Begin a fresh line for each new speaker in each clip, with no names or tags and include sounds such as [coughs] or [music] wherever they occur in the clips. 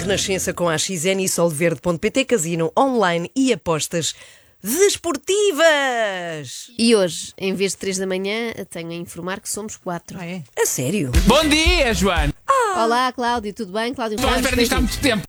Renascença com a XN e solverde.pt, casino online e apostas desportivas.
E hoje, em vez de 3 da manhã, tenho a informar que somos 4.
A sério?
Bom dia, Joana!
Olá, Cláudio, tudo bem? Cláudio
Estou à
Ramos,
espera disto há
beijinho.
muito tempo.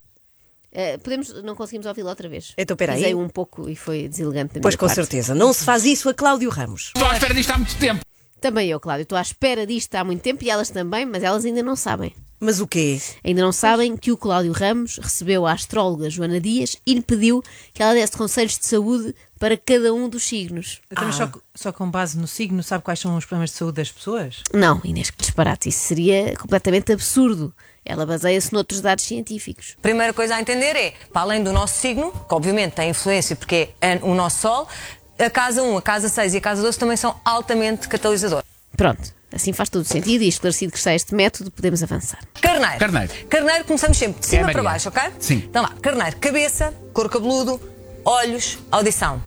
Eh, podemos, não conseguimos ouvi-lo outra vez.
Então, peraí.
Pisei um pouco e foi deselegante da
Pois
minha
com
parte.
certeza, não se faz isso a Cláudio Ramos.
Estou à espera disto há muito tempo.
Também eu, Cláudio, estou à espera disto há muito tempo e elas também, mas elas ainda não sabem.
Mas o quê?
Ainda não sabem que o Cláudio Ramos recebeu a astróloga Joana Dias e lhe pediu que ela desse conselhos de saúde para cada um dos signos.
Ah.
Então, mas só, co- só com base no signo, sabe quais são os problemas de saúde das pessoas?
Não, Inês, que disparate. Isso seria completamente absurdo. Ela baseia-se noutros dados científicos.
Primeira coisa a entender é, para além do nosso signo, que obviamente tem influência porque é o nosso Sol, a casa 1, a casa 6 e a casa 12 também são altamente catalisadoras.
Pronto, assim faz todo o sentido e esclarecido que está este método, podemos avançar.
Carneiro.
Carneiro. É
Carneiro começamos sempre de cima
Maria.
para baixo, ok?
Sim.
Então lá, carneiro, cabeça, couro cabeludo, olhos, audição.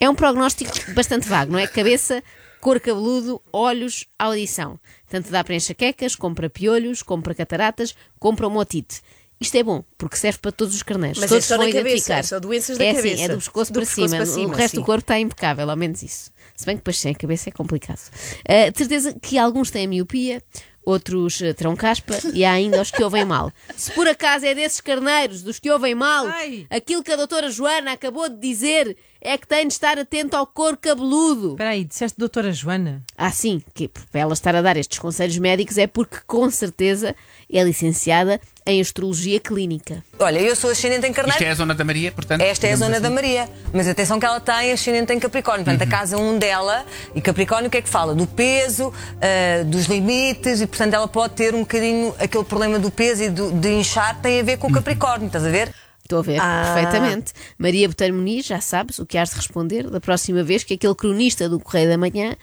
É um prognóstico bastante vago, não é? Cabeça, cor cabeludo, olhos, audição. Tanto dá para enxaquecas, como para piolhos, como para cataratas, como para motite. Isto é bom, porque serve para todos os carneiros.
Mas
todos
é só
vão
na cabeça,
identificar.
é só doenças da
É
cabeça.
Assim, é do pescoço,
Do
para,
pescoço
cima.
para cima,
O resto
sim.
do corpo está impecável, ao menos isso. Se bem que depois sem a cabeça é complicado. Ah, de certeza que alguns têm miopia, outros ah, terão caspa e há ainda os que ouvem mal. Se por acaso é desses carneiros, dos que ouvem mal,
Ai.
aquilo que a doutora Joana acabou de dizer é que tem de estar atento ao couro cabeludo.
Espera aí, disseste doutora Joana?
Ah, sim, que para ela estar a dar estes conselhos médicos é porque, com certeza, é licenciada em astrologia clínica.
Olha, eu sou ascendente em carneiro.
Isto é a zona da Maria, portanto.
Esta é a
digamos
zona
assim. Uhum.
da Maria, mas atenção que ela tem ascendente em Capricórnio, portanto a casa 1 dela, e Capricórnio o que é que fala? Do peso, ah, dos limites, e portanto ela pode ter um bocadinho aquele problema do peso e do- de inchar, tem a ver
Uhum.
com o Capricórnio, estás a ver?
Estou a ver,
Ah.
perfeitamente. Maria Botelho Muniz, já sabes o que has de responder da próxima vez que aquele cronista do Correio da Manhã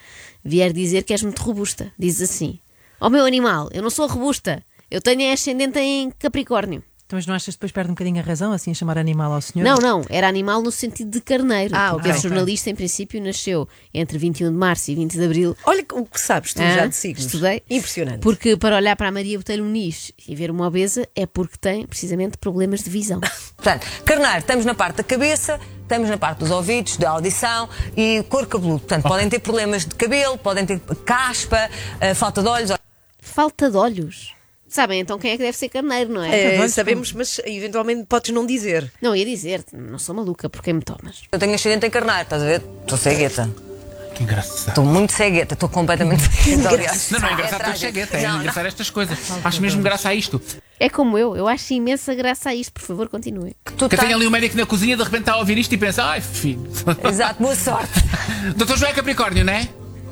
vier dizer que és muito robusta. Diz assim: Ó meu animal, eu não sou robusta, eu tenho ascendente em Capricórnio.
Então, mas não achas que depois perde um bocadinho a razão, assim, a chamar animal ao senhor?
Não, não, era animal no sentido de carneiro.
Ah,
porque
ok,
esse
ok.
jornalista, em princípio, nasceu entre 21 de março e 20 de abril
Olha o que sabes tu
Hã?
Ah,
já de signos.
Estudei.
Impressionante.
Porque para olhar para a Maria Botelho Muniz e ver uma obesa é porque tem precisamente problemas de
[laughs]
visão.
Portanto, carneiro, estamos na parte da cabeça, estamos na parte dos ouvidos, da audição e cor cabeludo. Portanto, podem ter problemas de cabelo, podem ter caspa, ah, falta de olhos.
Falta de olhos. Sabem então quem é que deve ser carneiro, não é?
É,
Adoro-te.
sabemos, mas eventualmente podes não dizer.
Não, ia dizer-te, não sou maluca, por quem me tomas?
Eu tenho ascendente em carneiro, estás a ver? Estou tá? cegueta.
assim. Que engraçado.
Estou muito cegueta, estou
[laughs]
completamente cegueta, aliás.
Não, não é engraçado,
trágico.
estou chegueta. É
Não, não.
engraçar estas coisas. Acho mesmo graça a isto.
É como eu, eu acho imensa graça a isto, por favor, continue.
Tu
Que
tens-
tem ali um médico na cozinha, de repente está a ouvir isto e pensa: ai, filho.
Exato, boa sorte.
[laughs] Doutor João é Capricórnio, não é?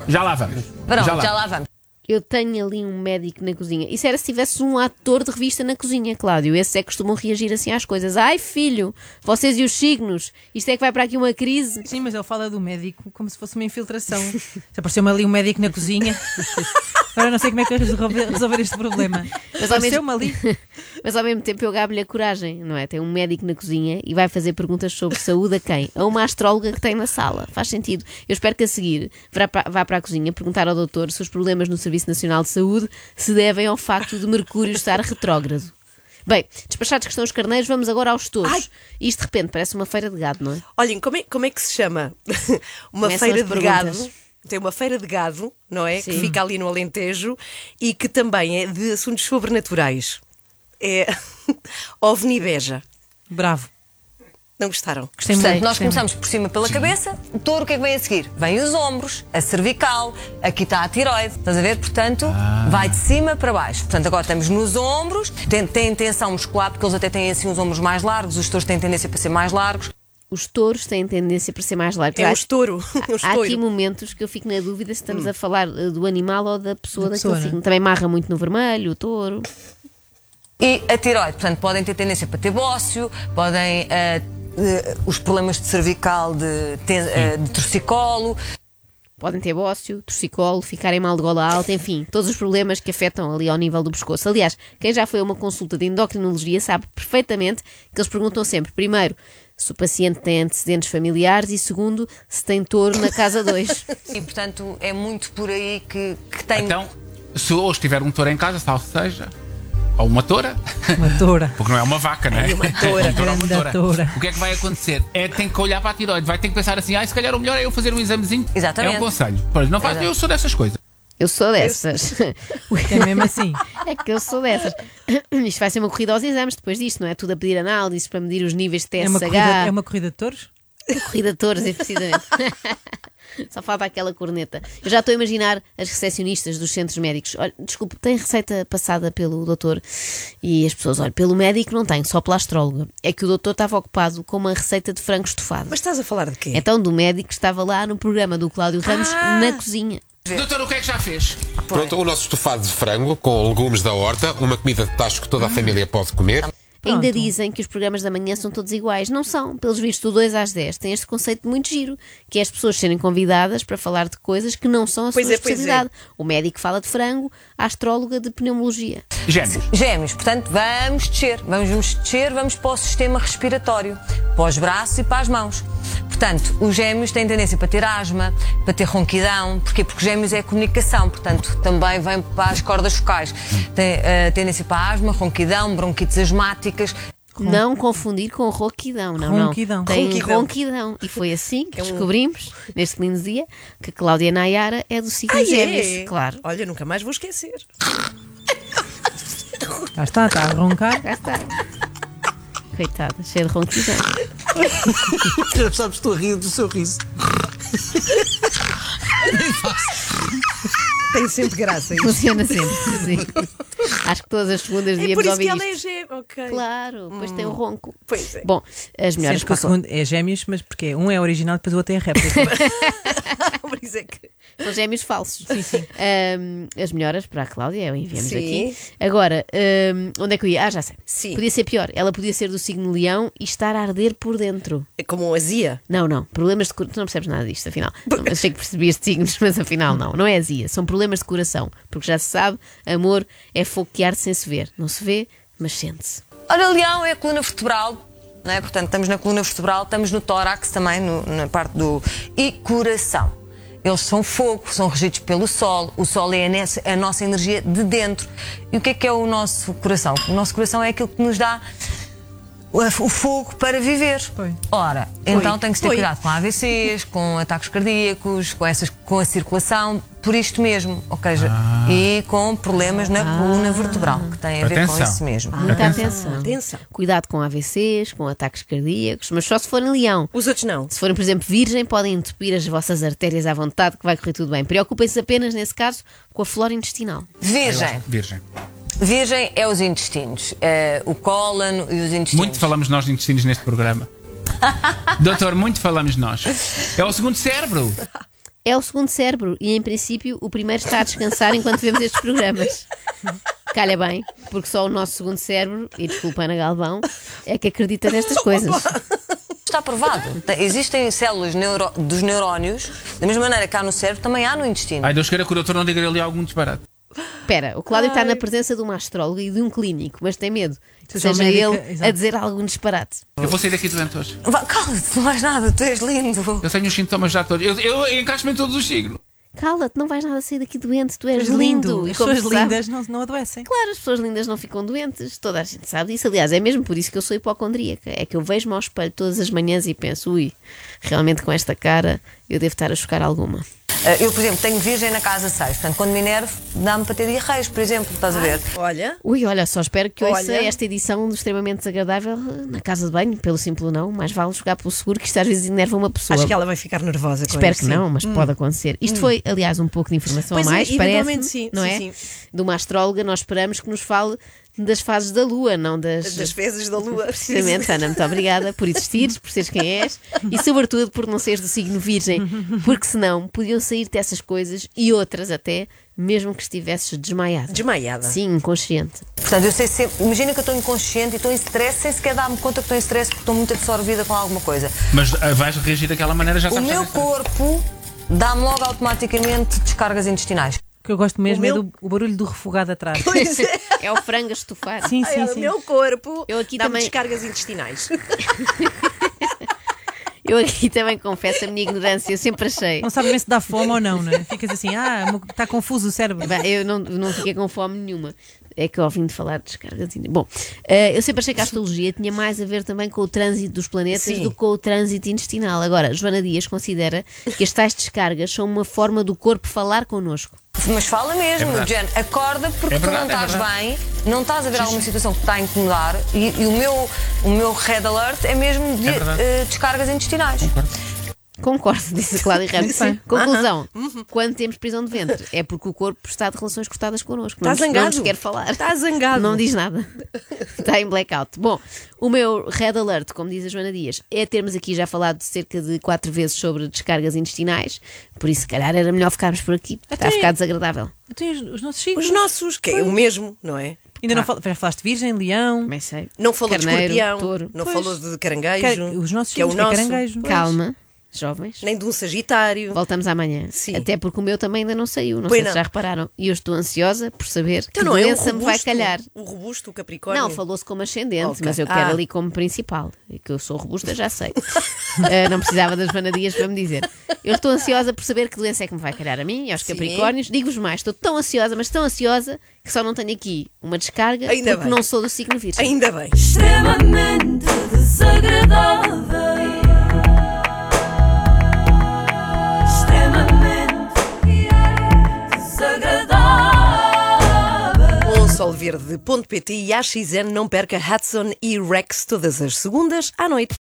Já lá vamos.
Pronto, já, lá vamos.
Eu tenho ali um médico na cozinha. Isso era se tivesse um ator de revista na cozinha, Cláudio. Esses é que costumam reagir assim às coisas. Ai, filho, vocês e os signos, isto é que vai para aqui uma crise.
Sim, mas ele fala do médico como se fosse uma infiltração. Já apareceu-me ali um médico na
[laughs]
cozinha. Agora não sei como é que eu resolver, resolver este problema.
Mas ao mesmo-
Apareceu-me ali.
[laughs] Mas ao mesmo tempo eu gabo-lhe a coragem, não é? Tem um médico na cozinha e vai fazer perguntas sobre saúde a quem? A uma astróloga que tem na sala. Faz sentido. Eu espero que a seguir vá para, vá para a cozinha perguntar ao doutor se os problemas no Serviço Nacional de Saúde se devem ao facto de Mercúrio estar retrógrado. Bem, despachados que estão os carneiros, vamos agora aos touros. Isto de repente parece uma feira de gado, não é?
Olhem, como é, como é que se chama? [laughs] Uma
Começam
feira
as
de gado.
perguntas.
Tem uma feira de gado, não é? Que
Sim.
fica ali no Alentejo e que também é de assuntos sobrenaturais. É [laughs] OVNI Beja.
Bravo.
Não gostaram?
Gostei muito.
Portanto, nós
gostei muito.
começamos por cima pela cabeça, o touro o que é que vem a seguir? Vem os ombros, a cervical, aqui está a tiroide, estás a ver? Portanto,
Ah.
vai de cima para baixo. Portanto, agora estamos nos ombros, tem, tem tensão muscular, porque eles até têm assim os ombros mais largos, os touros têm tendência para ser mais largos.
Os touros têm tendência para ser mais largos.
É um
Há-
estouro. [laughs] um
Há Ah, aqui
estouro.
momentos que eu fico na dúvida se estamos a falar eh, do animal ou da pessoa
Hum. Da
daquele
pessoa, não é?
signo. Também marra muito no vermelho, o touro.
E a tiroide, portanto, podem ter tendência para ter bócio, podem. eh, eh, os problemas de cervical, de, ten- eh, de torcicolo,
Podem ter bócio, torcicolo, ficarem mal de gola alta, enfim, todos os problemas que afetam ali ao nível do pescoço. Aliás, quem já foi a uma consulta de endocrinologia sabe perfeitamente que eles perguntam sempre, primeiro, se o paciente tem antecedentes familiares e, segundo, se tem touro na casa
[laughs]
2.
e portanto é muito por aí que, que tem
Então, se hoje tiver um touro em casa, salve seja. Ou uma toura?
Uma
[laughs]
toura.
Porque não é uma vaca, não é?
É uma toura.
[laughs] É uma
Grande
toura.
toura.
O que é que vai acontecer? É tem que olhar para a tiroide. Vai ter que pensar assim, ah, se calhar o melhor é eu fazer um examezinho.
Exatamente.
É um conselho. Pois, não faz,
Exato.
eu sou dessas coisas.
Eu sou dessas. [laughs]
É mesmo assim.
É que eu sou dessas. [coughs] Isto vai ser uma corrida aos exames depois disto, não é? Tudo a pedir análises para medir os níveis de TSH.
É uma, corrida, é uma corrida de touros?
Corrida de touros, é precisamente. Só falta aquela corneta. Eu já estou a imaginar as recepcionistas dos centros médicos. Olha, desculpe, tem receita passada pelo doutor? E as pessoas, olha, pelo médico não tem, só pela astróloga. É que o doutor estava ocupado com uma receita de frango estufado.
Mas estás a falar de quê?
Então, do médico que estava lá no programa do Cláudio Ramos na cozinha.
Doutor, o que é que já fez?
Pronto, o nosso estofado de frango com legumes da horta, uma comida de tacho que toda a família pode comer.
Ainda dizem que os programas da manhã são todos iguais. Não são. Pelos vistos, do 2 às 10 tem este conceito muito giro, que é as pessoas serem convidadas para falar de coisas que não são a
Pois
sua
é, pois é.
especialidade. O médico fala de frango, a astróloga de pneumologia.
Gêmeos.
Gêmeos, portanto, vamos descer, vamos nos descer, vamos para o sistema respiratório, para os braços e para as mãos. Portanto, os gêmeos têm tendência para ter asma, para ter ronquidão, porquê? Porque gêmeos é comunicação, portanto, também vem para as cordas focais. Tem eh, tendência para asma, ronquidão, bronquites asmáticas.
Não confundir com ronquidão, não,
Ronquidão.
não. Tem
Ronquidão.
ronquidão. E foi assim que
É um-
descobrimos, neste lindo dia, que Cláudia Nayara é do signo
Ai,
Gêmeos.
é?
Claro.
Olha, nunca mais vou esquecer.
Cá está, está a roncar.
Cá está. Coitada, cheia de ronquidão.
[laughs] Sabes, estou a rir do seu riso.
[laughs] Tem sempre graça isso.
Funciona sempre. Sim. Acho que todas as segundas
É por
devíamos
isso que
ouvir
ela
isto.
é G. Ok.
Claro, pois tem o ronco.
Pois é.
Bom, as melhores
Sendo que o
consol-
segundo é gêmeos, mas porque um é original e depois o outro
[laughs]
é réplica.
[laughs] Por isso é que.
são gêmeos falsos. Ahm, as melhoras para a Cláudia, eu enviamos
Sim.
aqui. Agora, ahm, onde é que eu ia? Ah, já sei.
Sim.
Podia ser pior. Ela podia ser do signo leão e estar a arder por dentro.
É como um azia.
Não, não. Problemas de coração. Tu não percebes nada disto, afinal. Não, eu sei que percebias de signos, mas afinal não. Não é azia. São problemas de coração. Porque já se sabe, amor é fogo que arde sem se ver. Não se vê, mas sente-se.
Ora, leão é a coluna vertebral, não é? portanto, estamos na coluna vertebral, estamos no tórax também, no- na parte do. e coração. Eles são fogo, são regidos pelo sol, o sol é a, nes- a nossa energia de dentro. E o que é que é o nosso coração? O nosso coração é aquilo que nos dá o o fogo para viver.
Foi.
Ora, então tem que se ter
Foi.
cuidado com AVCs, com ataques cardíacos, com, essas, com a circulação, por isto mesmo, ou seja, e com problemas na coluna vertebral, que tem a ver com
Atenção.
isso mesmo.
Muita atenção.
Ah, Atenção.
Cuidado com AVCs, com ataques cardíacos, mas só se forem leão.
Os outros não.
Se forem, por exemplo, virgem, podem entupir as vossas artérias à vontade, que vai correr tudo bem. Preocupem-se apenas, nesse caso, com a flora intestinal.
Virgem.
Virgem.
Virgem é os intestinos, é o cólon e os intestinos.
Muito falamos nós de intestinos neste programa. Doutor, muito falamos nós. É o segundo cérebro.
É o segundo cérebro e, em princípio, o primeiro está a descansar enquanto vemos estes
[laughs]
programas. Calha bem, porque só o nosso segundo cérebro, e desculpa Ana Galvão, é que acredita
[laughs]
nestas coisas.
Está provado. Tem- Existem células neuro- dos neurónios, da mesma maneira que há no cérebro, também há no intestino.
Ai, Deus queira que o doutor não diga ali algum disparate.
Espera, o Cláudio está na presença de uma astróloga e de um clínico, mas tem medo. que
Seja um
Seja
médico,
ele a
exato.
dizer algum disparate.
Eu vou sair daqui doente hoje.
Vá, Cala-te, não mais nada, tu és lindo.
Eu tenho os sintomas já todos. Eu, eu encaixo-me em todos os signos.
Cala-te, não vais nada sair daqui doente, tu és
És
lindo.
lindo.
E
As
como
pessoas
se sabe-
lindas não, não adoecem.
Claro, as pessoas lindas não ficam doentes, toda a gente sabe disso. Aliás, é mesmo por isso que eu sou hipocondríaca. É que eu vejo-me ao espelho todas as manhãs e penso, ui, realmente com esta cara eu devo estar a chocar alguma.
Ah, Eu, por exemplo, tenho virgem na casa 6, portanto, quando me enervo, dá-me para ter diarreias, por exemplo, estás a ver?
Olha.
Ui, olha, só espero que ouça
Olha.
esta edição do extremamente desagradável na casa de banho, pelo simples não. Mais vale jogar pelo seguro, que isto às vezes enerva uma pessoa.
Acho que ela vai ficar nervosa com
Espero
isto,
que
sim. Hum.
não, mas pode acontecer. Isto foi, aliás, um pouco de informação
Pois
a
é,
mais, parece.
eventualmente sim,
não
sim,
é?
sim.
De uma astróloga, nós esperamos que nos fale das fases da Lua, não das.
Das fezes da lua.
Precisamente, Ana, muito obrigada por existires, por seres quem és e, sobretudo, por não seres do signo virgem, porque senão podiam sair-te essas coisas e outras até, mesmo que estivesses desmaiada.
Desmaiada.
Sim, inconsciente.
Portanto, eu sei sempre. Imagina que eu estou inconsciente e estou em stress, sem sequer dar-me conta que estou em stress porque estou muito absorvida com alguma coisa.
Mas ah, vais reagir daquela maneira já
O
sabes
meu
fazer.
corpo dá-me logo automaticamente descargas intestinais.
O que eu gosto mesmo
O meu-
é do o barulho do refogado atrás.
Pois é.
É o frango a estufar.
Sim,
Ai,
sim,
ela,
sim.
meu corpo
Eu aqui
dá-me
também-
descargas intestinais.
Eu aqui também confesso a minha ignorância, eu sempre achei.
Não sabes bem se dá fome ou não, não é? Ficas assim, ah, está confuso o cérebro.
Bem, Eu não, não fiquei com fome nenhuma. É que eu ouvindo falar de descarga de energia. Bom, eh, eu sempre achei que a astrologia tinha mais a ver também com o trânsito dos planetas
Sim.
do que com o trânsito intestinal. Agora, Joana Dias considera que as tais descargas são uma forma do corpo falar connosco.
Mas fala mesmo,
verdade.
do género, acorda porque
É
tu não
verdade, é
estás
verdade.
bem, não estás a ver alguma situação que te está a incomodar e, e o, meu, o meu red alert é mesmo de
É verdade.
eh, descargas intestinais.
Concordo, disse a Cláudia Ramos.
Sim.
Conclusão:
Uhum.
quando temos prisão de ventre, é porque o corpo está de relações cortadas connosco.
Tá
não, nos- não nos
zangado.
quer falar.
Tá zangado.
Não diz nada. Está em blackout. Bom, o meu red alert, como diz a Joana Dias, é termos aqui já falado cerca de quatro vezes sobre descargas intestinais. Por isso, se calhar, era melhor ficarmos por aqui. porque Está a
Até-
ficar desagradável.
Então, e os, os nossos signos.
Os nossos, que é o mesmo, não é?
Ainda não fal- já falaste de virgem, leão.
Comecei.
Não falou de
Carneiro,
escorpião,
touro.
não
Pois.
falou de caranguejo,
Car- os nossos
que é o
signos, que é
nosso,
caranguejo. Pois.
Calma, jovens.
nem de um sagitário.
Voltamos amanhã.
Sim.
Até porque o meu também ainda não saiu. Não
Pois
sei se
não.
já repararam. E eu estou ansiosa por saber que
Então não é o
doença
robusto,
me vai calhar.
o robusto, o capricórnio.
Não, falou-se como ascendente,
Ok.
mas eu quero
Ah.
ali como principal. E que eu sou robusta, já sei. [laughs] Ah, não precisava das vanadias para me dizer. Eu estou ansiosa por saber que doença é que me vai calhar a mim e aos
Sim.
capricórnios. Digo-vos mais, estou tão ansiosa, mas tão ansiosa que só não tenho aqui uma descarga
Ainda
porque
bem.
não sou do signo virgem.
Ainda bem.
extremamente desagradável, extremamente desagradável.
Consolverde.pt e AXN não perca Hudson e Rex todas as segundas à noite.